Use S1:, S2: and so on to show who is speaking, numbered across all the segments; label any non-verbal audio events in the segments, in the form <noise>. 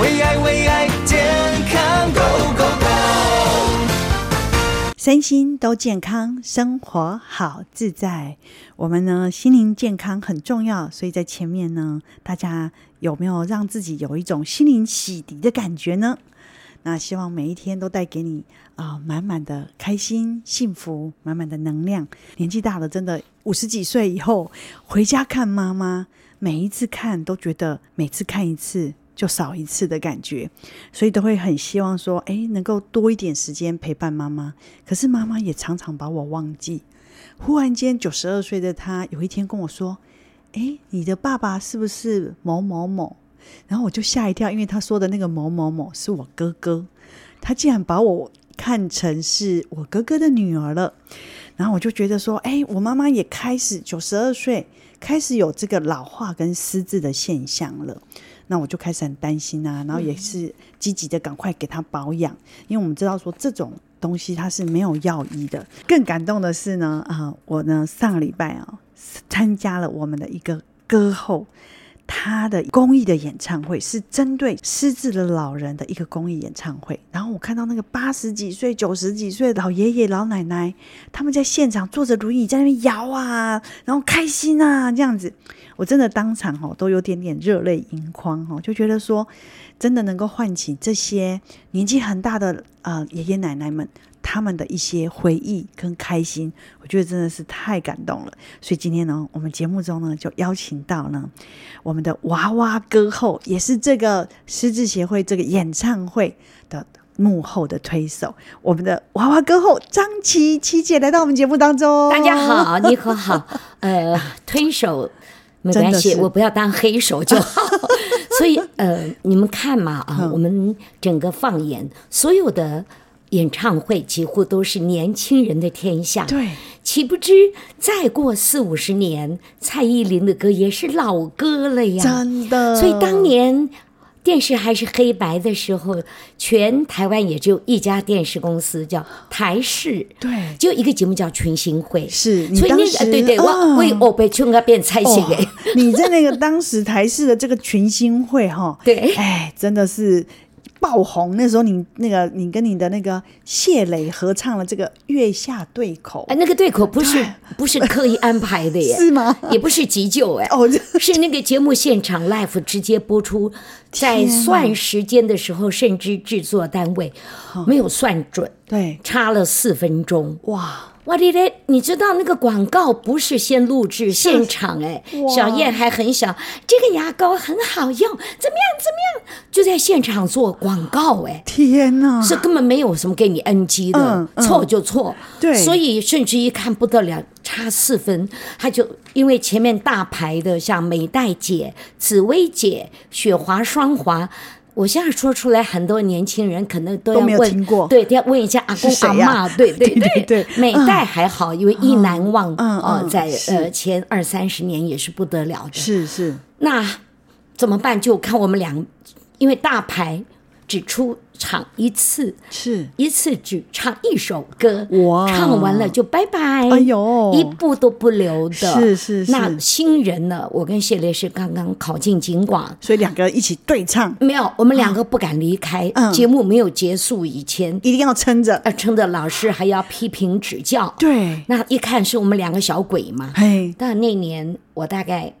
S1: 为爱为爱健康 Go Go
S2: 身心都健康，生活好自在。我们呢，心灵健康很重要，所以在前面呢，大家有没有让自己有一种心灵洗涤的感觉呢？那希望每一天都带给你啊、满满的开心、幸福，满满的能量。年纪大了，真的五十几岁以后回家看妈妈，每一次看都觉得每次看一次就少一次的感觉，所以都会很希望说，哎，能够多一点时间陪伴妈妈。可是妈妈也常常把我忘记。忽然间，九十二岁的她有一天跟我说：“哎，你的爸爸是不是某某某？”然后我就吓一跳，因为他说的那个某某某是我哥哥，他竟然把我看成是我哥哥的女儿了。然后我就觉得说，哎，我妈妈也开始九十二岁，开始有这个老化跟失智的现象了。那我就开始很担心啊，然后也是积极的赶快给她保养，因为我们知道说这种东西它是没有药医的。更感动的是呢，啊、我呢上个礼拜啊参加了我们的一个歌后，他的公益的演唱会是针对失智的老人的一个公益演唱会。然后我看到那个八十几岁、九十几岁的老爷爷、老奶奶，他们在现场坐着轮椅在那边摇啊，然后开心啊这样子，我真的当场哦都有点点热泪盈眶哦，就觉得说真的能够唤起这些年纪很大的呃爷爷奶奶们。他们的一些回忆跟开心，我觉得真的是太感动了。所以今天呢，我们节目中呢就邀请到呢我们的娃娃歌后，也是这个失智协会这个演唱会的幕后的推手，我们的娃娃歌后张琪琪姐来到我们节目当中。
S3: 大家，好，你
S2: <laughs>
S3: 可好？呃，推手没
S2: 真的
S3: 关系，
S2: 是
S3: 我不要当黑手
S2: <laughs>
S3: 就好。所以呃，你们看嘛啊，
S2: 嗯
S3: 我们整个放眼所有的演唱会，几乎都是年轻人的天下。
S2: 对，
S3: 岂不知再过四五十年，蔡依林的歌也是老歌了呀。
S2: 真的。
S3: 所以当年电视还是黑白的时候，全台湾也只有一家电视公司叫台视，
S2: 对
S3: 就一个节目叫《群星会》。
S2: 是你
S3: 所以那
S2: 当
S3: 个
S2: 时
S3: 对对，
S2: 嗯
S3: 我为我被春哥变菜
S2: 哦
S3: 心哎，
S2: 你在那个当时台视的这个群星会哈，
S3: 对
S2: 哎，真的是爆红。那时候你那个你跟你的那个谢磊合唱了这个《月下对口
S3: 哎，》，那个对口不是不是刻意安排的耶，
S2: 是吗？
S3: 也不是急救哎，
S2: 哦，这
S3: 是那个节目现场 live 直接播出，在
S2: 天哪
S3: 算时间的时候，甚至制作单位
S2: 哦
S3: 没有算准，
S2: 对，
S3: 差了四分钟。
S2: 哇，
S3: 哇哩嘞！你知道那个广告不是先录制现场哎，
S2: 哇
S3: 小燕还很小，这个牙膏很好用，怎么样怎么样？就在现场做广告哎，
S2: 天哪！
S3: 是根本没有什么给你 NG 的
S2: 嗯，嗯
S3: 错就错。
S2: 对
S3: 所以甚至一看不得了，差四分，他就因为前面大牌的像美黛姐、紫薇姐、雪华、双华。我现在说出来，很多年轻人可能都要
S2: 都没有
S3: 问，
S2: 听过
S3: 对，都要问一下阿
S2: 是
S3: 公
S2: 谁
S3: 阿
S2: 呀
S3: 妈，对对
S2: <laughs> 对对对
S3: 美黛还好，因为意难忘，
S2: 嗯嗯
S3: 哦
S2: 嗯
S3: 在
S2: 是
S3: 呃前二三十年也是不得了的，
S2: 是是，
S3: 那怎么办？就看我们俩，因为大牌只出场一次，
S2: 是，
S3: 一次只唱一首歌，
S2: 哇
S3: 唱完了就拜拜，
S2: 哎呦
S3: 一步都不留的。
S2: 是是是
S3: 那新人呢？我跟谢烈是刚刚考进警广。
S2: 所以两个人一起对唱，
S3: 没有，我们两个不敢离开。
S2: 嗯
S3: 节目没有结束以前，
S2: 一定要撑着。
S3: 呃，撑的老师还要批评指教。
S2: 对，
S3: 那一看是我们两个小鬼嘛。
S2: 嘿，
S3: 但那年我大概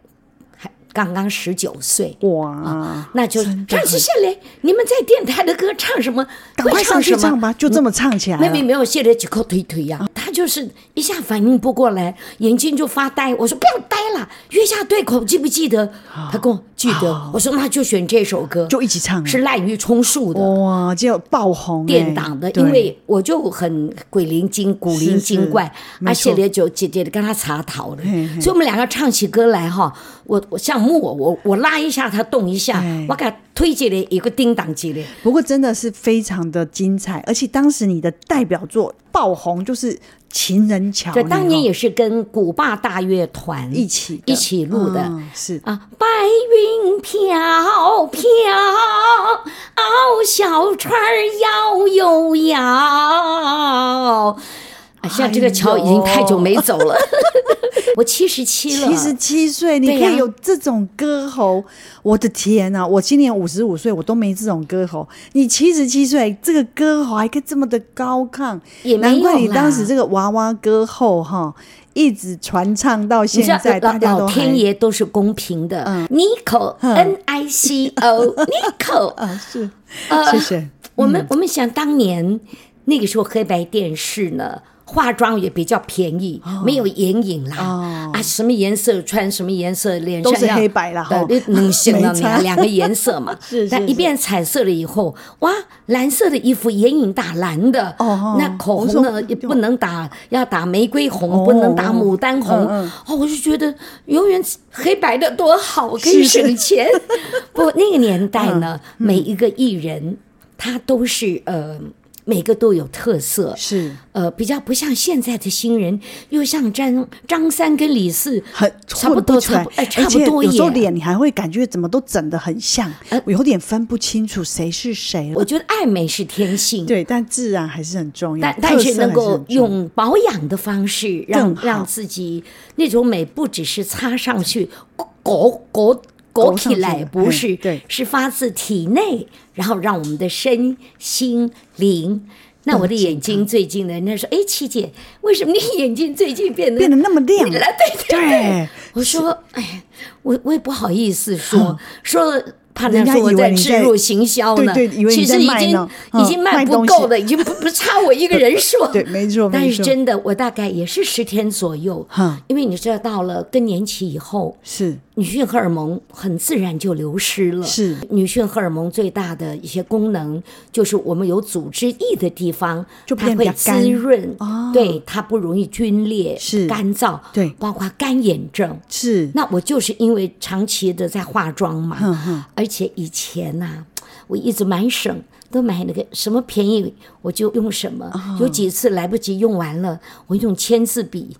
S3: 还刚刚十九岁，
S2: 哇，
S3: 那就
S2: 真的
S3: 唱起下来，你们在电台的歌唱什么？
S2: 赶快
S3: 会
S2: 上
S3: 唱
S2: 去
S3: 什
S2: 唱
S3: 么？
S2: 吧，就这么唱起来
S3: 妹妹
S2: 了。
S3: 没有谢了几口腿腿呀、他就是一下反应不过来，眼睛就发呆。我说不要呆了，月下对口记不记得？他跟我记得。我说那就选这首歌，
S2: 啊就一起唱了，啊
S3: 是滥竽充数的。
S2: 哇，就爆红，欸
S3: 电档的，
S2: 对
S3: 因为我就很鬼灵精古灵精怪
S2: 是，是
S3: 啊，
S2: 没错
S3: 谢烈就姐姐跟他查讨了
S2: 嘿，嘿
S3: 所以我们两个唱起歌来哈，我我像木偶，我我拉一下他动一下
S2: 哎，
S3: 我给他推起来一个叮当起来，
S2: 不过真的是非常的精彩，而且当时你的代表作爆红就是《情人桥》呢，
S3: 对，当年
S2: 哦
S3: 也是跟古巴大乐团
S2: 一起的
S3: 一起录的，
S2: 嗯是
S3: 啊，白云飘飘，小船儿摇又摇。啊像这个桥已经太久没走了， <laughs> 我七十七了，
S2: 七十七岁，你
S3: 对
S2: 可
S3: 呀
S2: 以有这种歌喉，我的天呐、我今年五十五岁，我都没这种歌喉。你七十七岁，这个歌喉还可以这么的高亢，
S3: 也没有
S2: 难怪你
S3: 啦
S2: 当时这个娃娃歌后哈，一直传唱到
S3: 你
S2: 现
S3: 知道
S2: 在，大
S3: 老
S2: 家都
S3: 老
S2: 还
S3: 天爷都是公平的
S2: 嗯
S3: ，Nico N I C O <laughs> Nico，
S2: 啊是，
S3: 呃
S2: 谢
S3: <laughs>
S2: 谢。
S3: 我
S2: 嗯
S3: 们我们想当年那个时候黑白电视呢，化妆也比较便宜，没有眼影啦
S2: 哦，
S3: 啊什么颜色穿什么颜色，脸上
S2: 都是
S3: 要
S2: 黑白啦吼
S3: 对能行了
S2: <laughs> 没
S3: 你
S2: 差，
S3: 啊两个颜色嘛
S2: <laughs> 是是
S3: 但一
S2: 是
S3: 变彩色了以后，哇，蓝色的衣服眼影打蓝的，
S2: 哦哦
S3: 那口
S2: 我
S3: 红
S2: 说
S3: 呢也不能打，要打玫瑰红，
S2: 哦
S3: 不能打牡丹红，
S2: 嗯嗯
S3: 哦，我就觉得永远黑白的多好，可以
S2: 是是
S3: 省钱。 <laughs> 不，那个年代呢，每一个艺人他都是呃，每个都有特色，
S2: 是
S3: 呃，比较不像现在的新人，又像张张三跟李四
S2: 很
S3: 差不多
S2: 混出来
S3: 差不哎，差
S2: 而
S3: 不
S2: 且
S3: 多
S2: 有时候
S3: 耶呃
S2: 脸你还会感觉怎么都整得很像，我有点分不清楚谁是谁
S3: 我
S2: 了。
S3: 觉得爱美是天性。
S2: 对，但自然还是很重要，
S3: 但但
S2: 特
S3: 是
S2: 色
S3: 能
S2: 还是
S3: 够
S2: 很重要
S3: 用保养的方式让
S2: 更好
S3: 让自己那种美不只是擦上去裹裹裹
S2: 裹上
S3: 起
S2: 去
S3: 来，
S2: 了
S3: 不
S2: 嘿
S3: 是
S2: 对
S3: 是发自体内，然后让我们的身心灵。那我的眼睛最近呢？人家说：“哎，七姐，为什么你眼睛最近变得
S2: 变得那么亮
S3: 你来对对 <laughs>
S2: 对，
S3: 我说，哎，我我也不好意思说，说了怕人
S2: 人
S3: 家
S2: 家
S3: 说我
S2: 以为
S3: 在
S2: 你
S3: 植
S2: 在
S3: 入行销呢，
S2: 对对以为
S3: 其
S2: 你在
S3: 实已
S2: 卖
S3: 经
S2: 呢
S3: 已经
S2: 嗯
S3: 卖
S2: 卖
S3: 不
S2: 东
S3: 够
S2: 西
S3: 了，已经不不差我一个人数。
S2: <laughs> 对没错
S3: 但
S2: 没
S3: 是
S2: 错
S3: 真的，我大概也是十天左右
S2: 哈，
S3: 因为你知道，到了更年期以后，
S2: 是
S3: 女性荷尔蒙很自然就流失了。
S2: 是
S3: 女性荷尔蒙最大的一些功能，就是我们有组织液的地方，
S2: 就
S3: 它
S2: 变
S3: 会
S2: 比较干
S3: 滋润，
S2: 哦
S3: 对它不容易皲裂、
S2: 是
S3: 干燥，
S2: 对
S3: 包括干眼症。
S2: 是，
S3: 那我就是因为长期的在化妆嘛，
S2: 哼哼，
S3: 而且以前呐、我一直蛮省，都买那个什么便宜我就用什么。
S2: 哦
S3: 有几次来不及用完了，我用签字笔，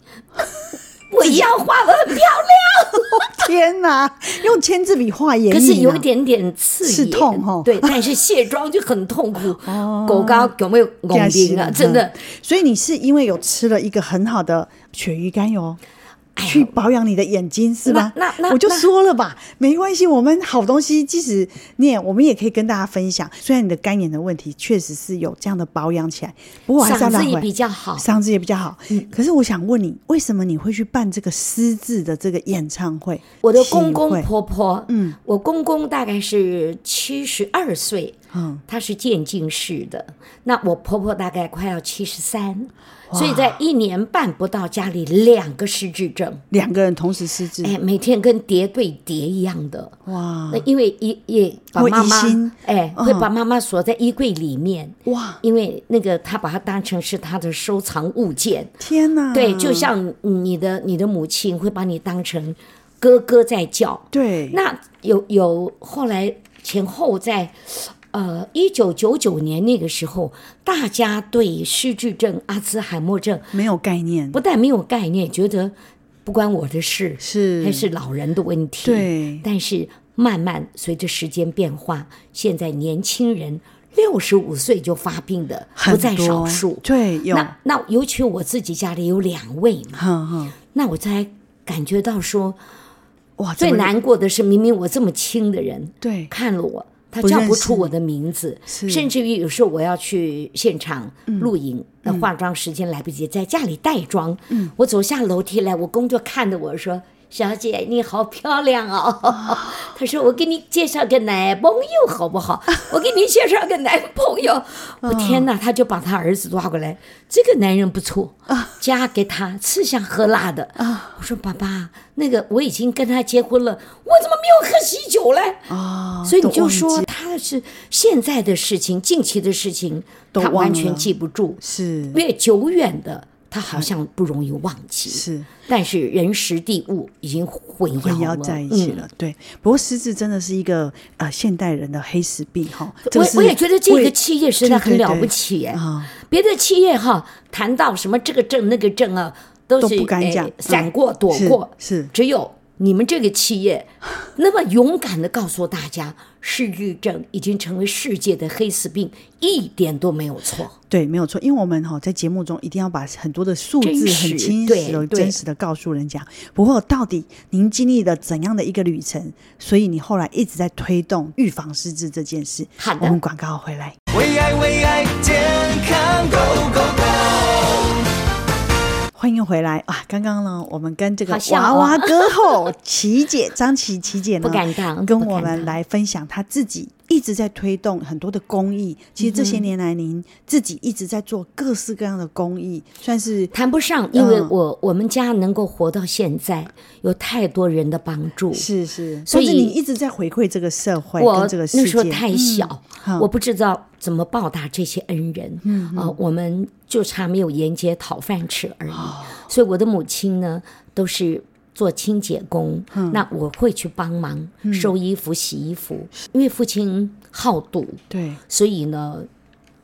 S3: <laughs> 我一样画的很漂亮，
S2: 天哪，用签字笔画眼影啊，
S3: 可是有一点点刺眼，
S2: 刺痛吼
S3: 对， <laughs> 但是卸妆就很痛苦。
S2: 哦
S3: 狗高有没有拱
S2: 吓死
S3: 顶啊？
S2: 人
S3: 真的
S2: 嗯，所以你是因为有吃了一个很好的鳕鱼肝油。
S3: 呀
S2: 去保养你的眼睛是吧？
S3: 哎那那那
S2: 我就说了吧，没关系，我们好东西即使念，我们也可以跟大家分享。虽然你的干眼的问题确实是有这样的保养起来，不过我还是要
S3: 嗓
S2: 拿
S3: 子
S2: 回
S3: 也比
S2: 来，
S3: 较好。嗯
S2: 嗓子也比较好。可是我想问你，为什么你会去办这个私自的这个演唱会？
S3: 我的公
S2: 体
S3: 公
S2: 会
S3: 婆婆，
S2: 嗯，
S3: 我公公大概是七十二岁，
S2: 嗯，
S3: 他是渐进式的。那我婆婆大概快要七十三，所以在一年半不到，家里两个失智症，
S2: 两个人同时失智，
S3: 哎，每天跟叠对叠一样的。
S2: 哇
S3: 啊那因为一也把
S2: 会
S3: 妈
S2: 疑
S3: 妈
S2: 心，
S3: 哎，
S2: 嗯
S3: 会把妈妈锁在衣柜里面，
S2: 哇，
S3: 因为那个他把它当成是他的收藏物件。
S2: 天哪！
S3: 对，就像你的你的母亲会把你当成哥哥在叫。
S2: 对，
S3: 那有有后来前后在，呃，一九九九年那个时候，大家对失智症、阿兹海默症
S2: 没有概念，
S3: 不但没有概念，觉得不关我的事，
S2: 是
S3: 还是老人的问题。
S2: 对
S3: 但是慢慢随着时间变化，现在年轻人六十五岁就发病的不
S2: 很
S3: 在少
S2: 多
S3: 数。
S2: 对，有，
S3: 那那尤其我自己家里有两位嘛，
S2: 哼哼，
S3: 那我才感觉到说，
S2: 哇，
S3: 最
S2: 怎么
S3: 难过的是，明明我这么轻的人，
S2: 对
S3: 看了我，他
S2: 不
S3: 叫
S2: 认
S3: 不
S2: 识
S3: 出
S2: 你
S3: 我的名字，
S2: 是嗯
S3: 甚至于有时候我要去现场录影，那、化妆时间来不及，在家里带妆，我走下楼梯来，我公就看着我说。小姐，你好漂亮哦！
S2: 啊
S3: <laughs> 他说：“我给你介绍个男朋友好
S2: <laughs>
S3: 不好？我给你介绍个男朋友。”
S2: 啊
S3: 我天哪！他就把他儿子抓过来，这个男人不错，
S2: 啊
S3: 嫁给他，吃香喝辣的。我说：“爸爸，那个我已经跟他结婚了，我怎么没有喝喜酒嘞？”
S2: 啊，
S3: 所以
S2: 都
S3: 你就
S2: 忘记
S3: 说他是现在的事情、近期的事情，
S2: 都
S3: 他
S2: 忘
S3: 完全
S2: 了
S3: 记不住；
S2: 是
S3: 越久远的，他
S2: 嗯
S3: 好像不容易忘记。
S2: 是
S3: 但是人、时、地、物已经混
S2: 混
S3: 淆
S2: 淆
S3: 了，
S2: 在一起
S3: 嗯
S2: 了。对，不过失智真的是一个呃现代人的黑死病哈。这
S3: 我
S2: 是
S3: 我也觉得这
S2: 为
S3: 个企业实在很了不起耶
S2: 对对对啊，
S3: 别的企业哈，谈到什么这个证那个证啊，都是
S2: 都不敢
S3: 哎
S2: 讲嗯
S3: 闪过躲
S2: 是
S3: 过，
S2: 是
S3: 只有你们这个企 <laughs> 业那么勇敢的告诉大家，失智症已经成为世界的黑死病，一点都没有错。
S2: 对，没有错，因为我们哈、在节目中一定要把很多的数字
S3: 真实
S2: 很清
S3: 对
S2: 晰、有
S3: 对
S2: 真实的告诉人家。不过，到底您经历了怎样的一个旅程？所以你后来一直在推动预防失智这件事。
S3: 好的
S2: 我们广告回来。
S1: 为爱为爱健康 Go Go Go，
S2: 欢迎回来啊！刚刚呢，我们跟这个
S3: 好笑
S2: 娃
S3: 哦
S2: 娃歌后琪姐张琪琪姐呢，
S3: 不敢当
S2: 跟
S3: 不
S2: 我
S3: 敢
S2: 们
S3: 当
S2: 来分享她自己一直在推动很多的公益。其实这
S3: 嗯
S2: 些年来，您自己一直在做各式各样的公益，算是
S3: 谈不上，因为
S2: 嗯
S3: 我、我们家能够活到现在，有太多人的帮助。
S2: 是是，所
S3: 所以
S2: 以你一直在回馈这个社会
S3: 我
S2: 跟这个世界。
S3: 那时候太小，
S2: 嗯
S3: 我不知道怎么报答这些恩人。嗯啊、我们就差没有沿街讨饭吃而已。
S2: 哦
S3: 所以我的母亲呢，都是做清洁工，
S2: 嗯
S3: 那我会去帮忙收衣服、洗衣服，因为父亲好赌，
S2: 对，
S3: 所以呢，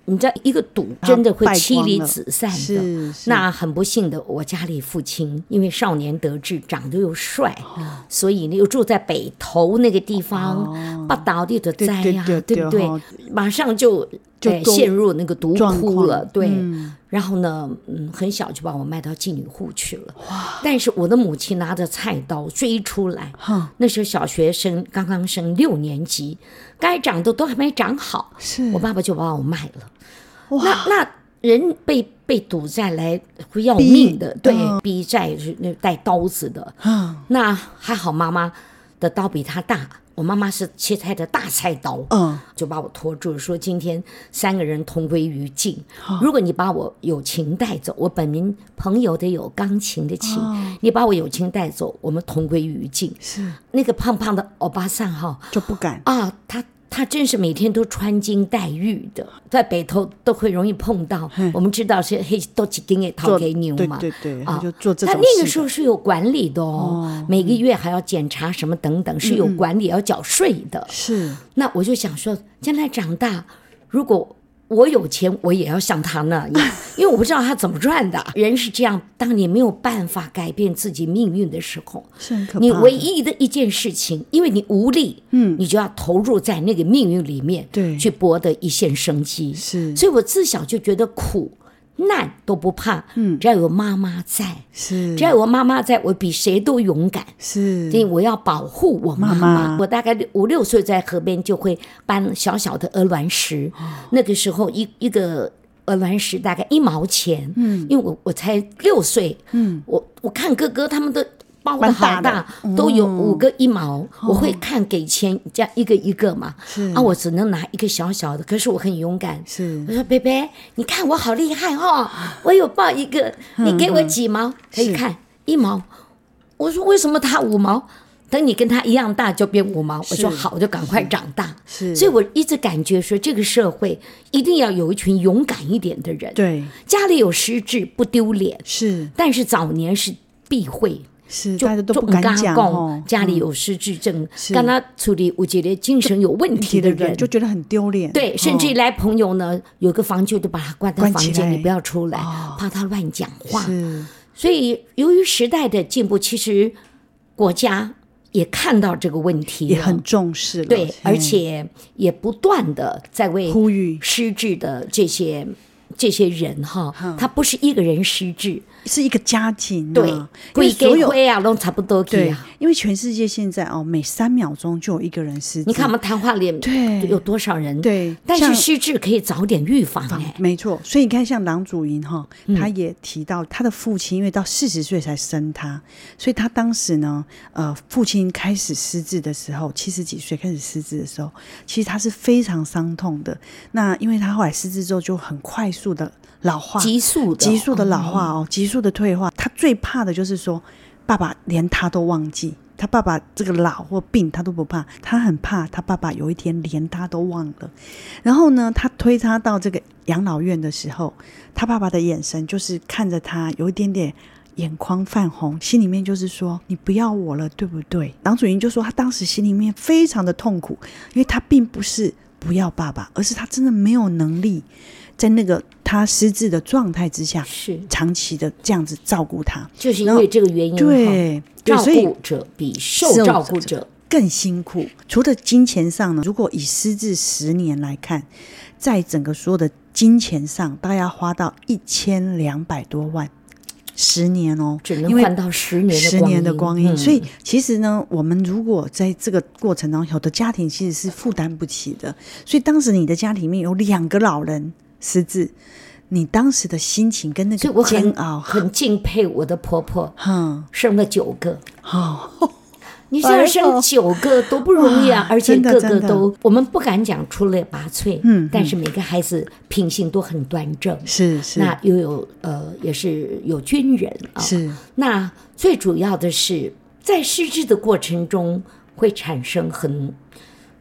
S3: 你知道一个赌
S2: 然后
S3: 真的会
S2: 啊败
S3: 妻
S2: 光
S3: 离
S2: 了
S3: 子散的。
S2: 是是
S3: 那很不幸的，我家里父亲因为少年得志，长得又帅，
S2: 哦
S3: 所以呢又住在北头那个地方，把倒地的灾呀，
S2: 哦对对对
S3: 对不对
S2: 哦？
S3: 马上就
S2: 就
S3: 呃
S2: 多
S3: 陷入那个毒
S2: 状
S3: 窟
S2: 况
S3: 了，对。
S2: 嗯
S3: 然后呢，嗯，很小就把我卖到妓女户去了。但是我的母亲拿着菜刀追出来，
S2: 哈
S3: 那时候小学生刚刚升六年级，该长的都还没长好，
S2: 是
S3: 我爸爸就把我卖了。那那人被被赌债来会要
S2: 逼
S3: 命的，对，
S2: 嗯
S3: 逼债是那带刀子的。
S2: 嗯
S3: 那还好，妈妈的刀比他大，我妈妈是切菜的大菜刀。
S2: 嗯
S3: 就把我拖住，说今天三个人同归于尽。如果你把我友情带走，我本名朋友得有钢琴的琴，
S2: 哦
S3: 你把我友情带走，我们同归于尽。
S2: 是
S3: 那个胖胖的欧巴桑哈
S2: 就不敢
S3: 啊，他他真是每天都穿金戴玉的，在北头都会容易碰到
S2: 嗯。
S3: 我们知道是黑都几根给掏给牛
S2: 对
S3: 嘛，
S2: 对对，
S3: 啊
S2: 他就做这
S3: 他
S2: 种
S3: 那个
S2: 事
S3: 时候是有管理的
S2: 哦
S3: 哦，
S2: 嗯
S3: 每个月还要检查什么等等，是有管理要缴税的。
S2: 是
S3: 那我就想说，将来长大，如果我有钱，我也要像他那
S2: <laughs>
S3: 样，因为我不知道他怎么赚的。人是这样，当你没有办法改变自己命运的时候，
S2: 是很可怕的。
S3: 你唯一的一件事情，因为你无力，
S2: 嗯
S3: 你就要投入在那个命运里面，
S2: 对
S3: 去博得一线生机。
S2: 是
S3: 所以我自小就觉得苦难都不怕，
S2: 嗯
S3: 只要有妈妈在，
S2: 是
S3: 只要有妈妈在，我比谁都勇敢。
S2: 是
S3: 所以我要保护我妈
S2: 妈妈
S3: 我大概五六岁在河边就会搬小小的鹅卵石，那个时候一一个鹅卵石大概一毛钱，嗯，因为我我才六岁，嗯，我我看哥哥他们都包的
S2: 蛮
S3: 好
S2: 大的
S3: 都有五个一毛，我会看给钱这样一个一个嘛，
S2: 是
S3: 啊，我只能拿一个小小的，可是我很勇敢，
S2: 是
S3: 我说：“贝贝，你看我好厉害哦，我有抱一个，
S2: 嗯
S3: 你给我几毛？可以看一毛。”我说：“为什么他五毛？等你跟他一样大就变五毛。”我说：“
S2: 是嗯
S3: 好，我就赶快长大。”
S2: 是
S3: 所以我一直感觉说，这个社会一定要有一群勇敢一点的人。，
S2: 对
S3: 家里有失智不丢脸，
S2: 是
S3: 但是早年是避讳。
S2: 是，
S3: 就
S2: 大家都
S3: 就
S2: 不
S3: 唔
S2: 敢
S3: 敢
S2: 讲
S3: 讲
S2: 哦，
S3: 家里
S2: 嗯
S3: 有失智症，
S2: 是
S3: 跟他处理有一个精神有问题
S2: 提
S3: 的
S2: 的
S3: 人
S2: 人，就觉得很丢脸，
S3: 对，甚至
S2: 哦
S3: 来朋友呢，有个房就就把他关到
S2: 关
S3: 房
S2: 起
S3: 间里，
S2: 来
S3: 不要出来，
S2: 哦
S3: 怕他乱讲话。
S2: 是
S3: 所以，由于时代的进步，其实国家也看到这个问题了，
S2: 也很重视了，
S3: 对
S2: 嘿，
S3: 而且也不断的在为
S2: 呼吁
S3: 失智的这些这些人哈，
S2: 嗯
S3: 他不是一个人失智，
S2: 是一个家庭、啊，
S3: 对
S2: 因，为
S3: 贵
S2: 所
S3: 给
S2: 有
S3: 灰啊，都差不多去
S2: 对
S3: 啊。，
S2: 因为全世界现在哦，每三秒钟就有一个人失智，
S3: 你看我们谈话里
S2: 对
S3: 有多少人？
S2: 对
S3: 但是
S2: 像
S3: 失智可以早点预防
S2: 防嗯
S3: 哎。嗯
S2: 没错，所以你看，像郎祖筠哈，他也提到他的父亲，因为到四十岁才生他，所以他当时呢，呃，父亲开始失智的时候，七十几岁开始失智的时候，其实他是非常伤痛的。那因为他后来失智之后，就很快速的老化，
S3: 急速的，
S2: 急速的老化哦，急速的退化。他最怕的就是说，爸爸连他都忘记，他爸爸这个老或病他都不怕，他很怕他爸爸有一天连他都忘了。然后呢，他推他到这个养老院的时候，他爸爸的眼神就是看着他，有一点点。眼眶泛红，心里面就是说：“你不要我了，对不对？”郎祖筠就说，他当时心里面非常的痛苦，因为他并不是不要爸爸，而是他真的没有能力在那个他失智的状态之下，
S3: 是，
S2: 长期的这样子照顾他。
S3: 就是因
S2: 然后
S3: 为这个原因，哈，
S2: 对，对，
S3: 照
S2: 所以
S3: 顾者比受
S2: 受
S3: 照顾者
S2: 更辛苦。除了金钱上呢，如果以失智十年来看，在整个所有的金钱上，大概要花到一千两百多万，十年哦，
S3: 只
S2: 因
S3: 能
S2: 为
S3: 换到十年的
S2: 十年的光阴。
S3: 嗯
S2: 所以其实呢，我们如果在这个过程当中，有的家庭其实是负担不起的。所以当时你的家里面有两个老人失智，你当时的心情跟那
S3: 所以我
S2: 个煎
S3: 很
S2: 熬， <laughs>
S3: 很敬佩我的婆婆，
S2: 哼，
S3: 生了九个。
S2: 哦，
S3: 你想生九个多不容易啊！
S2: 哎哇
S3: 而且
S2: 真的
S3: 个个
S2: 真的
S3: 都，我们不敢讲出类拔萃，
S2: 嗯
S3: 但是每个孩子品性都很端正。
S2: 是是
S3: 那又有呃，也是有军人啊。
S2: 是，
S3: 那最主要的是，在失智的过程中会产生很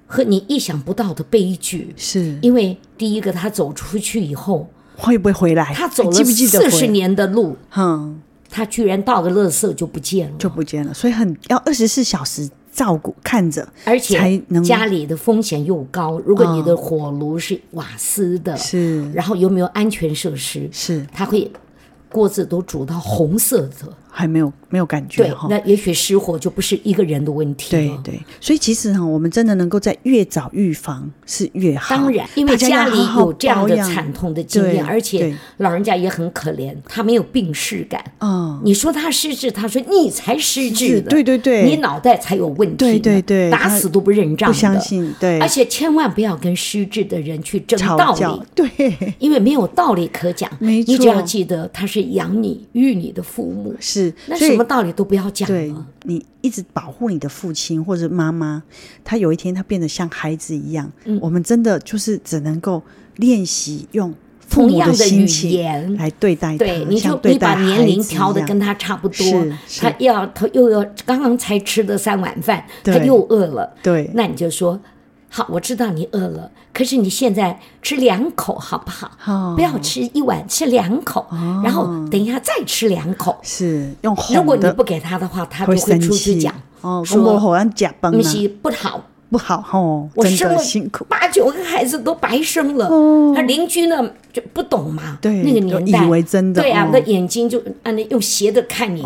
S3: 和你意想不到的悲剧，
S2: 是
S3: 因为第一个他走出去以后，
S2: 会不会回来？
S3: 他走
S2: 你
S3: 了
S2: 记不记得
S3: 四十
S2: 回来？
S3: 年的路，
S2: 哼，
S3: 他居然倒个垃圾就不见了，
S2: 就不见了，所以很要二十四小时照顾看着，
S3: 而
S2: 才
S3: 且
S2: 能
S3: 家里的风险又高。如果你
S2: 嗯
S3: 的火炉是瓦斯的，
S2: 是
S3: 然后有没有安全设施，
S2: 是
S3: 它会锅子都煮到红色的，
S2: 还没有没有感觉
S3: 对
S2: 哈，。
S3: 那也许失火就不是一个人的问题
S2: 对
S3: 了。
S2: 对，所以其实哈，我们真的能够在越早预防是越好。
S3: 当然，因为
S2: 大要
S3: 家里
S2: 好好
S3: 有这样
S2: 保
S3: 的
S2: 养
S3: 惨痛的经验，
S2: 对
S3: 而且
S2: 对
S3: 老人家也很可怜，他没有病逝感。
S2: 嗯，
S3: 你说他失智，他说你才失智
S2: 是
S3: 的，
S2: 对对对
S3: 你脑袋才有问题呢，
S2: 对对对
S3: 打
S2: 他
S3: 死都不认账
S2: 不
S3: 的，
S2: 相信，对，
S3: 而且千万不要跟失智的人去争道
S2: 吵
S3: 理
S2: 架，，对，
S3: 因为没有道理可讲。
S2: 没
S3: 你只要
S2: 错
S3: 记得他是养你、育你的父母，
S2: 是，
S3: <laughs> 那
S2: 所
S3: 什
S2: 以
S3: 么道理啊都不要讲
S2: 对
S3: 了。
S2: 你一直保护你的父亲或者妈妈，他有一天他变得像孩子一样，
S3: 嗯
S2: 我们真的就是只能够练习用父
S3: 同
S2: 母
S3: 样的
S2: 心
S3: 语
S2: 情
S3: 言，
S2: 来对待他，
S3: 对，你
S2: 像
S3: 就
S2: 对
S3: 你
S2: 待
S3: 把
S2: 孩
S3: 年龄
S2: 子一
S3: 调的
S2: 样
S3: 跟他差不多
S2: 是，是
S3: 他要他又要刚刚才吃的三碗饭，他
S2: 对
S3: 又饿了，
S2: 对
S3: 那你就说。好，我知道你饿了，可是你现在吃两口好不好？
S2: 哦
S3: 不要吃一碗，吃两口，然后等一下再吃两口。
S2: 是用哄的，
S3: 如果你不给他的话，他就
S2: 会
S3: 会
S2: 生
S3: 出去
S2: 气
S3: 讲，
S2: 哦，
S3: 说
S2: 说我好啊像假崩
S3: 不
S2: 了，
S3: 是不好，
S2: 不好哦，
S3: 我
S2: 真
S3: 生
S2: 的
S3: 了
S2: 辛苦，哦
S3: 八九个孩子都白生了。他邻居呢就不懂嘛，
S2: 对
S3: 那个
S2: 就
S3: 年代
S2: 以为真的
S3: 对啊
S2: 哦，
S3: 那眼睛就啊那用斜的看你。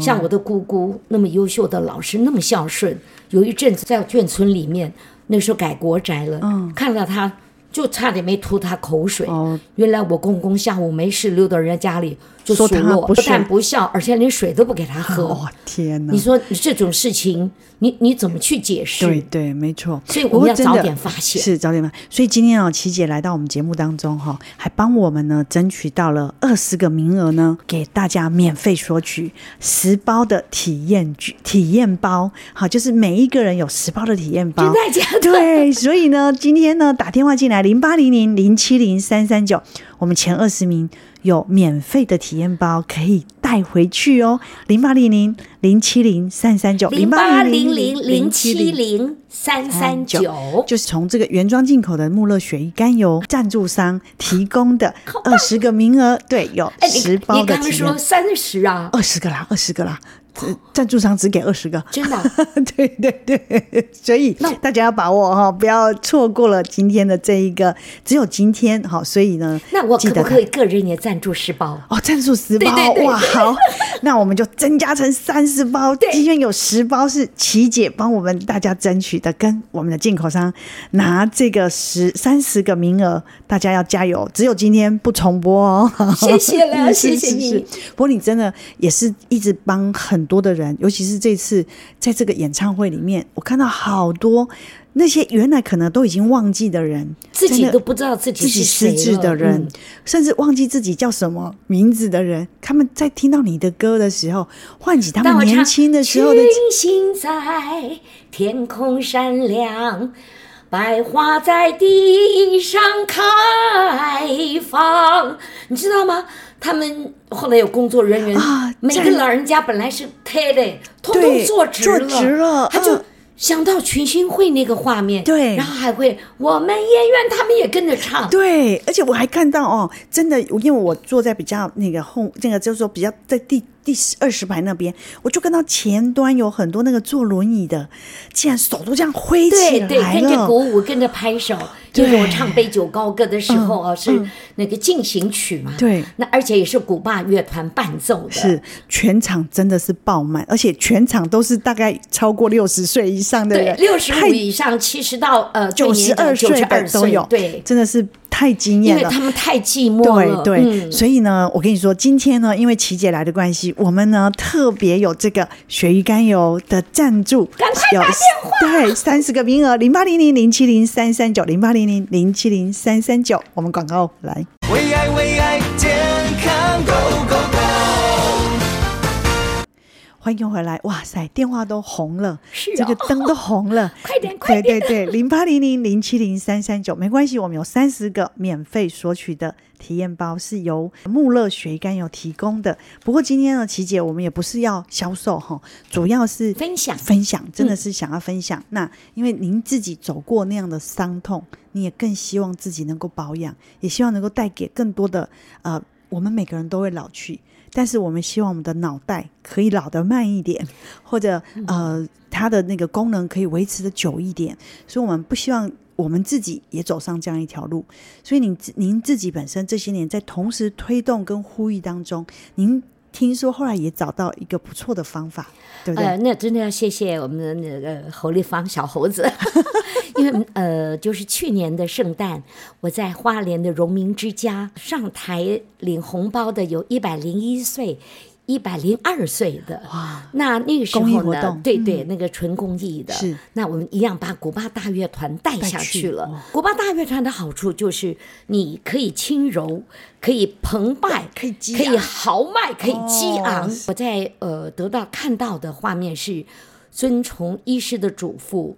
S3: 像我的姑姑那么优秀的老师，那么孝顺，有一阵子在眷村里面，那时候改国宅了，看到他就差点没吐他口水。
S2: 嗯哦
S3: 原来我公公下午没事溜到人家家里就
S2: 说
S3: 数
S2: 他
S3: 落，
S2: 不
S3: 不
S2: 是
S3: 但不孝，而且连水都不给他喝。
S2: 哦天哪
S3: 你！说你这种事情，你你怎么去解释？
S2: 对对，没错。
S3: 所以
S2: 不
S3: 我
S2: 过
S3: 们要
S2: 真
S3: 早
S2: 的
S3: 点发现
S2: 是早点发。所以今天哦，琪姐来到我们节目当中哈、还帮我们呢争取到了二十个名额呢，给大家免费索取十包的体验券体验包，好，就是每一个人有十包的体验包
S3: 就。大 <laughs> 家都
S2: 对，所以呢，今天呢打电话进来零八零零零七零三三九，我们前二十名有免费的体验包可以带回去哦，零八零零零七零三三九
S3: 零八零零零七零三三九，
S2: 就是从这个原装进口的穆勒雪衣甘油赞助商提供的二十个名额，对，有
S3: 哎，你
S2: 十包
S3: 你
S2: 的
S3: 刚刚
S2: 体
S3: 说
S2: 验，
S3: 三十啊？
S2: 二十个啦，二十个啦，这赞助商只给二十个，
S3: 真的啊
S2: 对对对，所以
S3: 那
S2: 大家要把握哈、不要错过了今天的这一个，只有今天好、所以呢，
S3: 那我
S2: 记
S3: 可
S2: 得
S3: 不
S2: 来
S3: 可以个人也赞助十包？
S2: 哦，赞助十包，
S3: 对对对
S2: 哇，好，
S3: <laughs>
S2: 那我们就增加成三十包。今天有十包是琪姐帮我们大家争取的，跟我们的进口商拿这个十三十个名额，大家要加油！只有今天不重播哦。
S3: 谢谢
S2: <laughs>
S3: 了
S2: 是
S3: 谢谢
S2: 是
S3: 你
S2: 是不过你真的也是一直帮很多的人，尤其是这次在这个演唱会里面，我看到好多那些原来可能都已经忘记的人，
S3: 自己
S2: 真的
S3: 都不知道自己
S2: 自己
S3: 是
S2: 失
S3: 谁
S2: 智的
S3: 了
S2: 人，
S3: 嗯
S2: 甚至忘记自己叫什么名字的人，他们在听到你的歌的时候，唤起他
S3: 当我
S2: 们
S3: 唱
S2: 年轻的时候的
S3: 群星在天空闪亮，百花在地上开放，你知道吗？他们后来有工作人员
S2: 啊
S3: 每
S2: 在
S3: 个老人家本来是贴的，通通
S2: 对
S3: 坐直
S2: 坐
S3: 了，
S2: 直了
S3: 他就
S2: 嗯。
S3: 想到群星会那个画面，
S2: 对
S3: 然后还会我们演员他们也跟着唱，
S2: 对，而且我还看到哦，真的，因为我坐在比较那个后，那个就是说比较在第第二十排那边，我就看到前端有很多那个坐轮椅的，竟然手都这样挥起
S3: 对
S2: 来
S3: 对，
S2: 了，
S3: 跟着鼓舞，跟着拍手。就是我唱《杯酒高歌》的时候啊，是那个进行曲嘛。
S2: 嗯对
S3: 那而且也是古巴乐团伴奏的。
S2: 是全场真的是爆满，而且全场都是大概超过六十岁以上的
S3: 对
S2: 人，，
S3: 六十
S2: 太
S3: 五以上，七十到呃
S2: 九十二
S3: 九
S2: 岁
S3: 十
S2: 的
S3: 二
S2: 都有，
S3: 对，
S2: 真的是太惊
S3: 因
S2: 艳
S3: 为
S2: 了。
S3: 他们太寂寞
S2: 对
S3: 了。
S2: 对、
S3: 嗯
S2: 所以呢，我跟你说，今天呢，因为琪姐来的关系，我们呢特别有这个鳕鱼甘油的赞助，
S3: 赶快打
S2: 有对，三十个名额，零八零零零七零三三九，零八零零零七零三三九，我们广告来。
S1: 为爱为爱健康 Go Go Go，
S2: 欢迎回来！哇塞，电话都红了，
S3: 是
S2: 这个
S3: 哦
S2: 灯都红了，
S3: <laughs> 快点快
S2: 对对对，零八零零零七零三三九，没关系，我们有三十个免费索取的体验包，是由穆乐学干有提供的。不过今天呢，琪姐，我们也不是要销售哈，主要是
S3: 分享
S2: 分享，真的是想要分享。那因为您自己走过那样的伤痛，你也更希望自己能够保养，也希望能够带给更多的呃，我们每个人都会老去，但是我们希望我们的脑袋可以老得慢一点， <laughs> 或者呃，它的那个功能可以维持的久一点，所以我们不希望。我们自己也走上这样一条路，所以您自您自己本身这些年在同时推动跟呼吁当中，您听说后来也找到一个不错的方法，对不对？
S3: 呃，那真的要谢谢我们的那个侯立芳小猴子， <laughs> 因为呃，就是去年的圣诞，我在花莲的荣民之家上台领红包的有一百零一岁。一百零二岁的，那那个时
S2: 公益
S3: 候
S2: 活
S3: 呢
S2: 动，嗯
S3: 对对，那个纯公益的，
S2: 是
S3: 那我们一样把古巴大乐团带
S2: 带
S3: 下
S2: 去哦
S3: 去了
S2: 哇。
S3: 古巴大乐团的好处就是你可以轻柔，可以澎湃，
S2: 可以激
S3: 可以
S2: 昂
S3: 豪迈，可以激
S2: 哦
S3: 昂。
S2: 是
S3: 我在呃得到看到的画面是，遵从医师的嘱咐，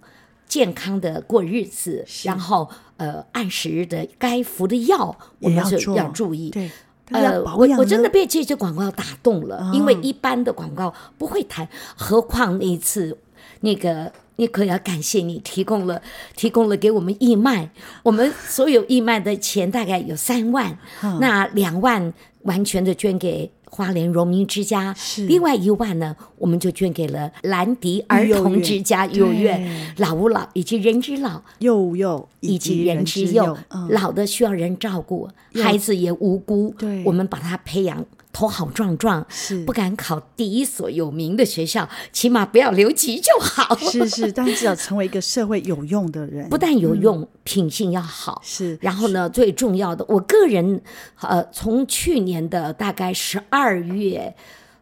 S3: 健康的过日子，然后呃按时的该服的药，我
S2: 也
S3: 们
S2: 要
S3: 就
S2: 做，
S3: 要注意。
S2: 对，大家
S3: 呃，
S2: 保
S3: 我
S2: 养
S3: 我真的
S2: 呢啊
S3: 被这些广告打动了，因为一般的广告不会谈，何况那一次那个。你可要感谢你提供了，提供了给我们义卖，我们所有义卖的钱大概有三万，
S2: 啊
S3: 那两万完全的捐给花莲荣民之家，
S2: 是
S3: 另外一万呢，我们就捐给了兰迪儿
S2: 幼
S3: 童
S2: 园
S3: 之家幼儿园
S2: 对、
S3: 老吾老以及人之老，
S2: 幼幼
S3: 以及人之幼，
S2: 嗯，
S3: 老的需要人照顾，孩子也无辜，
S2: 对
S3: 我们把他培养头好壮壮，
S2: 是
S3: 不敢考第一所有名的学校，起码不要留级就好。 <laughs>
S2: 是是，但至少成为一个社会有用的人，
S3: 不但有用，
S2: 嗯
S3: 品性要好。
S2: 是
S3: 然后呢，最重要的，我个人，呃，从去年的大概十二月，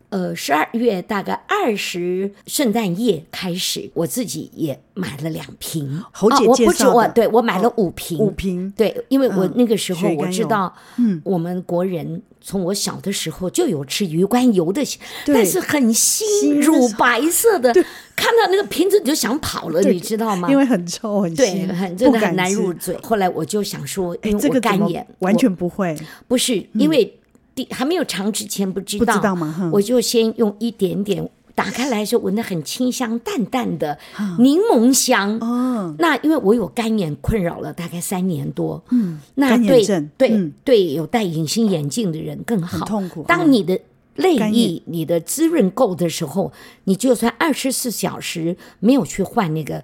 S3: 呃，十二月大概二十圣诞夜开始，我自己也买了两瓶。
S2: 侯姐
S3: 哦我不
S2: 介
S3: 止
S2: 绍的哦
S3: 我，对我买了五瓶，
S2: 五瓶
S3: 对，因为我
S2: 嗯
S3: 那个时候
S2: 雪
S3: 我
S2: 干
S3: 知
S2: 油
S3: 道，嗯，我们国人从我小的时候就有吃鱼肝油的，但
S2: 对
S3: 是很新
S2: 新
S3: 乳
S2: 的
S3: 白色的，看到那个瓶子你就想跑了，
S2: 对
S3: 你知道吗？
S2: 因为很臭很
S3: 啊对，
S2: 腥，
S3: 很真
S2: 不
S3: 的很
S2: 敢
S3: 难
S2: 吃
S3: 入。嘴。后来我就想说，
S2: 哎
S3: 因，为
S2: 这
S3: 我
S2: 个怎
S3: 干
S2: 么
S3: 眼，
S2: 完
S3: 我
S2: 全不会，
S3: 不是因为第还没有尝之前不知
S2: 不
S3: 道，
S2: 知道嘛哼
S3: 我就先用一点点。打开来的时候，闻得很清香，淡淡的柠檬香。
S2: 哦，
S3: 那因为我有干眼困扰了大概三年多，嗯，那
S2: 干眼
S3: 对
S2: 症
S3: 对、
S2: 嗯
S3: 对，有戴隐形眼镜的人更好，
S2: 很痛苦
S3: 当
S2: 嗯
S3: 你的泪
S2: 干
S3: 液
S2: 眼、
S3: 你的滋润够的时候，你就算二十四小时没有去换那个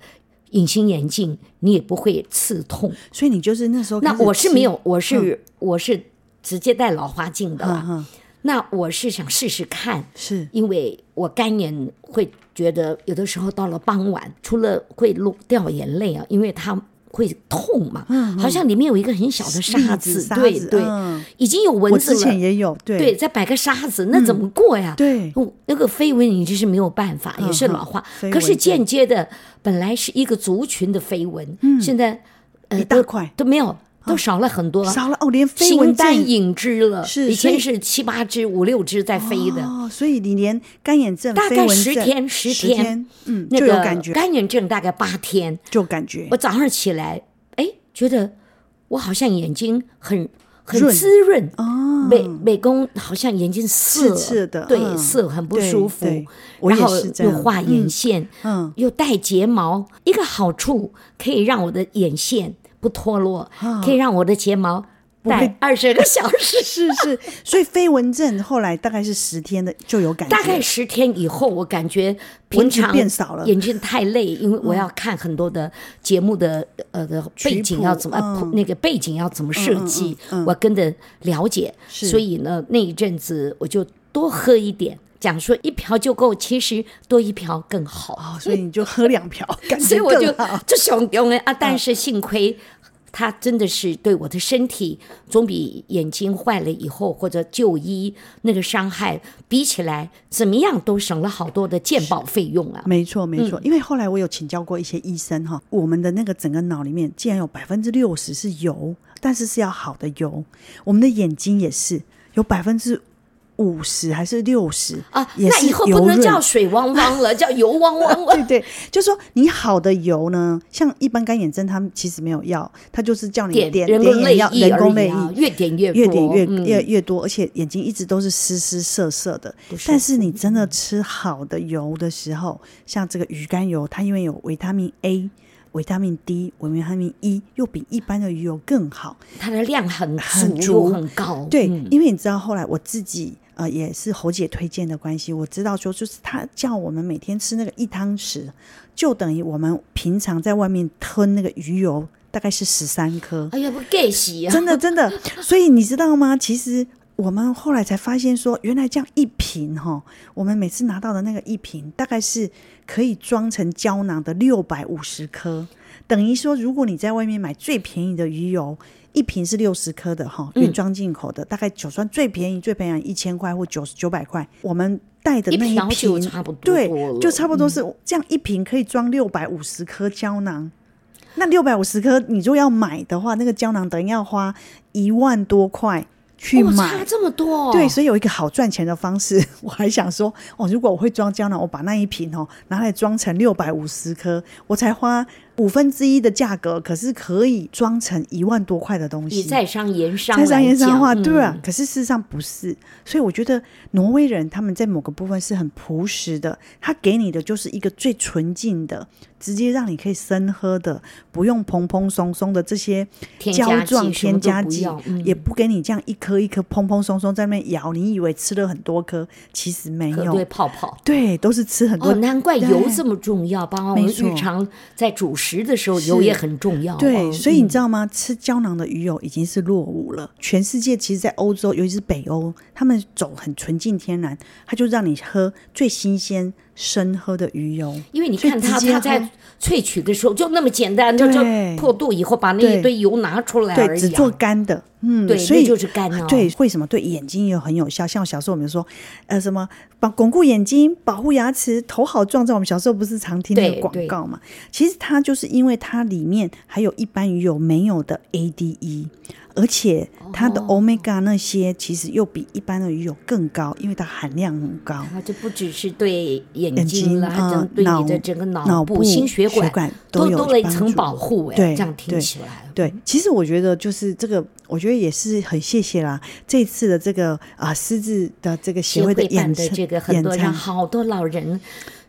S3: 隐形眼镜，你也不会刺痛。
S2: 所以你就是那时候
S3: 那
S2: 开始
S3: 我是
S2: 吃
S3: 没，有，我是、我是直接戴老花镜的
S2: 嗯
S3: 啦。
S2: 哼，
S3: 那我是想试试看，
S2: 是
S3: 因为我干眼会觉得有的时候到了傍晚，除了会落掉眼泪啊，因为它会痛嘛，好像里面有一个很小的沙
S2: 嗯粒子沙
S3: 对
S2: 子
S3: 对、
S2: 嗯
S3: 已经有蚊
S2: 我
S3: 子
S2: 之前
S3: 了。
S2: 也有，对
S3: 对，再摆个沙子，那怎么过呀？
S2: 对嗯
S3: 哦，那个飞蚊你就是没有办法，也是老化。
S2: 飞蚊
S3: 可是
S2: 症
S3: 间接的，本来是一个族群的飞蚊，现在呃
S2: 嗯一大
S3: 都
S2: 块啊
S3: 都没有，都少了很多，
S2: 少了哦，连飞
S3: 形
S2: 蚊症
S3: 单影只了。
S2: 是
S3: 以
S2: 所以
S3: 前是七八只、五六只在飞的，
S2: 哦，所以你连干眼症、
S3: 大
S2: 飞
S3: 概
S2: 蚊
S3: 十
S2: 症
S3: 天十
S2: 十
S3: 天
S2: 嗯，
S3: 那
S2: 就
S3: 个
S2: 有感觉，
S3: 干眼症大概八天。
S2: 就感觉
S3: 我早上起来，哎，觉得我好像眼睛很很
S2: 润
S3: 滋润，
S2: 哦
S3: 美美工好像眼睛涩
S2: 刺刺的
S3: 对，
S2: 嗯
S3: 涩很不
S2: 对
S3: 舒服
S2: 对。我
S3: 然
S2: 也
S3: 后
S2: 是这
S3: 又
S2: 样
S3: 画眼线，
S2: 嗯嗯
S3: 又戴睫毛。
S2: 啊
S3: 一个好处可以让我的眼线不脱落，可以让我的睫毛
S2: 不会。
S3: 戴二十个小时
S2: 是
S3: <laughs>
S2: 是，所以飞蚊症后来大概是十天的就有感觉，
S3: 大概十天以后，我感觉
S2: 蚊
S3: 平
S2: 子
S3: 常
S2: 变少了
S3: 眼睛太累，因为我要看很多的节目的呃的背景要怎么、
S2: 曲嗯谱嗯
S3: 那个背景要怎么设计，
S2: 嗯嗯嗯
S3: 我跟着了解。
S2: 是
S3: 所以呢，那一阵子我就多喝一点，讲说一瓢就够，其实多一瓢更好。
S2: 哦，所以你就喝两
S3: <laughs>
S2: 瓢，感觉
S3: 所以我就
S2: 更好。
S3: 就想用了啊，但是幸亏。它真的是对我的身体，总比眼睛坏了以后或者就医那个伤害比起来，怎么样都省了好多的健保费用啊！
S2: 没错，没错，因为后来我有请教过一些医生哈，我们的那个整个脑里面竟然有百分之六十是油，但是是要好的油，我们的眼睛也是有百分之五十还是六十
S3: 啊，
S2: 也
S3: 那
S2: 是
S3: 以后不
S2: 油
S3: 能
S2: 润
S3: 叫水汪汪了，叫油汪汪了。
S2: 对对，就说你好的油呢，像一般干眼症，他们其实没有药，他就是叫 <laughs> 你点
S3: 点
S2: 点
S3: 人工泪
S2: 眼药
S3: 液
S2: 人
S3: 而
S2: 工
S3: 已
S2: 泪
S3: 啊
S2: 液
S3: 越点越
S2: 越点
S3: 多
S2: 越
S3: 嗯
S2: 越越多，而且眼睛一直都是湿湿涩涩的。但是你真的吃好的油的时候，像这个鱼肝油，它因为有维他命 A。维他命 D、维他命 E 又比一般的鱼油更好，
S3: 它的量很
S2: 很
S3: 足又
S2: 足
S3: 很高，
S2: 对，
S3: 嗯
S2: 因为你知道后来我自己呃也是侯姐推荐的关系，我知道说就是她叫我们每天吃那个一汤匙，就等于我们平常在外面吞那个鱼油大概是十三颗，
S3: 哎呀，不给洗啊！
S2: 真
S3: <laughs>
S2: 的真的。所以你知道吗？其实我们后来才发现说，原来这样一瓶哈，我们每次拿到的那个一瓶，大概是可以装成胶囊的六百五十颗。等于说，如果你在外面买最便宜的鱼油，一瓶是六十颗的哈，
S3: 嗯
S2: 原装进口的，大概就算最便宜最便宜一千块或九九百块，我们带的
S3: 一
S2: 那一
S3: 瓢就
S2: 瓶
S3: 差不多
S2: 对
S3: 了，嗯
S2: 就差不多是这样，一瓶可以装六百五十颗胶囊。那六百五十颗，你如果要买的话，那个胶囊等于要花一万多块去
S3: 哦
S2: 买。
S3: 差这么多哦，
S2: 对，所以有一个好赚钱的方式， <laughs> 我还想说，哦，如果我会装胶囊，我把那一瓶哦拿来装成六百五十颗，我才花五分之一的价格，可是可以装成一万多块的东西。
S3: 以在商言商来
S2: 在
S3: 讲，
S2: 商言商话，
S3: 嗯
S2: 对啊。可是事实上不是，所以我觉得挪威人他们在某个部分是很朴实的，他给你的就是一个最纯净的，直接让你可以生喝的，不用蓬蓬松松的这些
S3: 添加剂
S2: 胶状
S3: 什么
S2: 添
S3: 都
S2: 加
S3: 不
S2: 剂
S3: 要，嗯
S2: 也不给你这样一颗一颗蓬蓬松松在那边咬，你以为吃了很多颗，其实没
S3: 核对
S2: 有，
S3: 泡泡。
S2: 对，都是吃很多
S3: 哦，难怪
S2: 对
S3: 油这么重要，包括我们
S2: 没错
S3: 日常在主食的时候，油也很重要啊。
S2: 对，所以
S3: 嗯
S2: 你知道吗？吃胶囊的鱼油已经是落伍了。全世界其实，在欧洲，尤其是北欧，他们走很纯净天然，他就让你喝最新鲜生喝的鱼油。
S3: 因为你
S2: 所以
S3: 看它，
S2: 直接
S3: 它在
S2: 喝
S3: 萃取的时候就那么简单，就就
S2: 对
S3: 破肚以后把那
S2: 对
S3: 一堆油拿出来而
S2: 对，只
S3: 已
S2: 做
S3: 啊。
S2: 干的，嗯，
S3: 对
S2: 所
S3: 那
S2: 以
S3: 就是干哦
S2: 对，为什么对眼睛也很有效？像我小时候我们说，呃，什么保巩固眼睛、保护牙齿、头好壮壮，我们小时候不是常听那
S3: 对
S2: 个广告嘛？其实它就是因为它里面还有一般鱼油没有的 ADE，而且它的
S3: 哦
S2: omega 那些其实又比一般的鱼油更高，因为它含量很高。
S3: 它就不只是对眼
S2: 眼
S3: 睛
S2: 睛
S3: 啊了，还
S2: 啊
S3: 整对你的
S2: 脑
S3: 整个
S2: 脑
S3: 部、
S2: 部
S3: 心血
S2: 血管
S3: 都
S2: 都有
S3: 多了一
S2: 帮
S3: 层
S2: 助
S3: 保护。哎，
S2: 对
S3: 这样听
S2: 对
S3: 起来，
S2: 对，其实我觉得就是这个，我觉得也是很谢谢啦。这次的这个啊，狮子的这个协
S3: 协
S2: 会的
S3: 会办
S2: 演
S3: 的
S2: 唱
S3: 这个很多
S2: 演唱
S3: 让好多老人，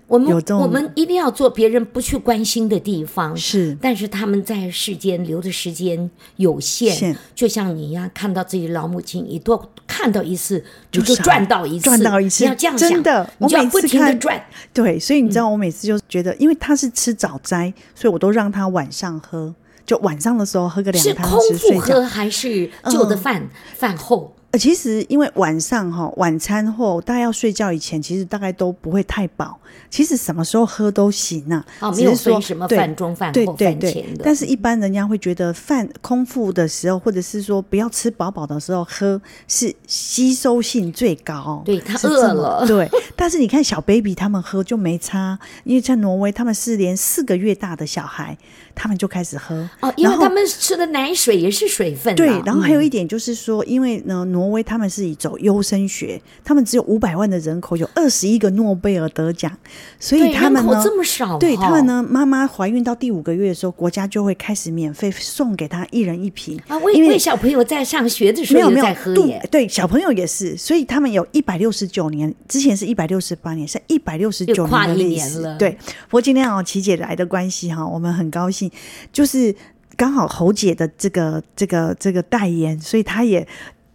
S3: 我们
S2: 有这种
S3: 我们一定要做别人不去关心的地方。
S2: 是
S3: 但是他们在世间留的时间有限，
S2: 限
S3: 就像你一样，看到自己的老母亲，你多看到一次，你就
S2: 就少
S3: 赚到一次，
S2: 赚到一次
S3: 你要这样想，
S2: 真的
S3: 你
S2: 我
S3: 就要
S2: 每
S3: 不
S2: 次
S3: 停的
S2: 看
S3: 赚。
S2: 对，所以你知
S3: 嗯
S2: 道，我每次就觉得，因为他是吃早斋，所以我都让他晚上喝，就晚上的时候喝个两
S3: 是
S2: 汤
S3: 空
S2: 匙
S3: 腹
S2: 睡觉。嗯
S3: 喝还是就的饭、饭后？
S2: 呃，其实因为晚上哈、晚餐后大家要睡觉以前，其实大概都不会太饱。其实什么时候喝都行啊，
S3: 哦
S2: 只
S3: 没有
S2: 是说
S3: 分什么
S2: 对
S3: 饭中饭
S2: 对
S3: 后
S2: 对
S3: 饭
S2: 对
S3: 前的
S2: 但是一般人家会觉得饭空腹的时候，或者是说不要吃饱饱的时候喝，是吸收性最高。哦
S3: 对他
S2: 是
S3: 饿
S2: 这么
S3: 了
S2: 对，但是你看小 baby 他们喝就没差，因为在挪威他们是连四个月大的小孩他们就开始喝
S3: 哦，因为
S2: 然后
S3: 他们吃的奶水也是水分、啊。
S2: 对，然后还有
S3: 嗯
S2: 一点就是说，因为呢，挪威他们是以走优生学，他们只有五百万的人口，有二十一个诺贝尔得奖，所以
S3: 对
S2: 他们
S3: 人口
S2: 呢，
S3: 这么少、啊
S2: 对他们
S3: 呢。
S2: 呢，妈妈怀孕到第五个月的时候，国家就会开始免费送给她一人一瓶
S3: 啊，为
S2: 因为
S3: 为小朋友在上学的时
S2: 没
S3: 候
S2: 有没
S3: 在
S2: 有
S3: 喝
S2: 度
S3: 耶，
S2: 对小朋友也是，所以他们有一百六十九年，之前是一百六十八年，是一百六十
S3: 又
S2: 九
S3: 跨
S2: 年的
S3: 一
S2: 历
S3: 年
S2: 史
S3: 了
S2: 对，不过今天哦，琪姐来的关系哈，我们很高兴，就是。刚好侯姐的这个这个这个代言，所以她也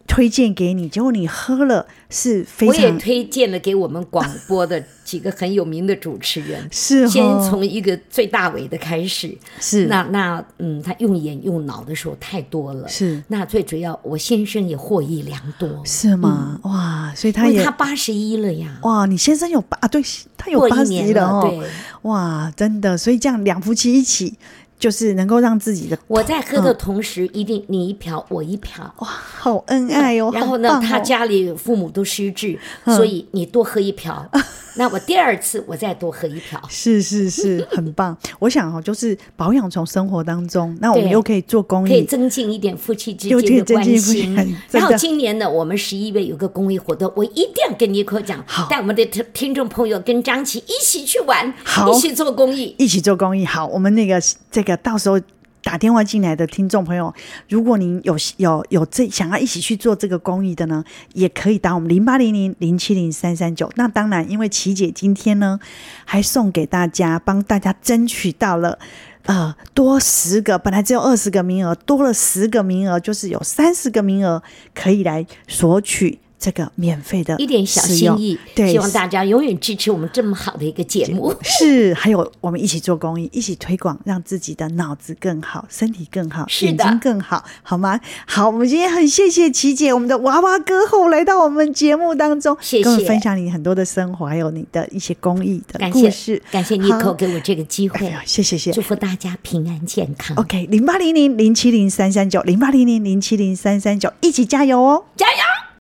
S2: 推荐给你，结果你喝了是非
S3: 我也
S2: 常，
S3: 推荐了给我们广播的几个很有名的主持人
S2: <laughs> 是哦
S3: 先从一个最大尾的开始。
S2: 是
S3: 那那嗯，他用眼用脑的时候太多了。
S2: 是
S3: 那最主要，我先生也获益良多，
S2: 是吗？哇，所以
S3: 嗯因
S2: 他
S3: 为
S2: 也
S3: 他八十一了呀，
S2: 哇，你先生有八啊，对他有
S3: 过
S2: 八十
S3: 一年
S2: 了哦，
S3: 对，
S2: 哇，真的，所以这样两夫妻一起，就是能够让自己的
S3: 我在喝的
S2: 嗯
S3: 同时，一定你一瓢我一瓢。
S2: 哇，好恩爱哦。
S3: <laughs> 然后
S2: 好
S3: 呢，
S2: 棒
S3: 他
S2: 哦嗯
S3: 家里父母都失智，所以你多喝一瓢。
S2: <laughs>
S3: 那我第二次我再多喝一瓢。
S2: 是是是，很棒。我想哦，就是保养从生活当中，那我们
S3: 对
S2: 又可以做公
S3: 可以
S2: 益，
S3: 增进一点夫妻之
S2: 又可以嗯增
S3: 间的
S2: 进
S3: 关
S2: 夫妻
S3: 心
S2: 真的。
S3: <laughs> 然后今年呢，我们十一月有个公益活动，我一定要跟尼克讲
S2: 好，
S3: 带我们的听听众朋友跟张琪一起去玩，
S2: 好
S3: 一起做公益。
S2: 一起做公益。好，我们那个这个到时候。打电话进来的听众朋友，如果您有有有这想要一起去做这个公益的呢，也可以打我们零八零零零七零三三九。那当然，因为琪姐今天呢，还送给大家，帮大家争取到了。呃，多十个，本来只有二十个名额，多了十个名额，就是有三十个名额可以来索取这个免费的
S3: 一点小
S2: 使用
S3: 心意，
S2: 对，
S3: 希望大家永远支持我们这么好的一个节目。
S2: 是，还有我们一起做公益，一起推广，让自己的脑子更好，身体更好，
S3: 是
S2: 眼
S3: 的
S2: 睛更好，好吗？好，我们今天很谢谢琪姐，我们的娃娃歌后来到我们节目当中，
S3: 谢谢
S2: 跟我们分享你很多的生活，还有你的一些公益的
S3: 感
S2: 故
S3: 谢
S2: 事。
S3: 感谢尼克给我这个机会，
S2: 谢谢谢
S3: 祝
S2: 谢。
S3: 福大家平安健康，
S2: OK，零八零零零七零三三九，零八零零零七零三三九，一起加油哦！
S3: 加油！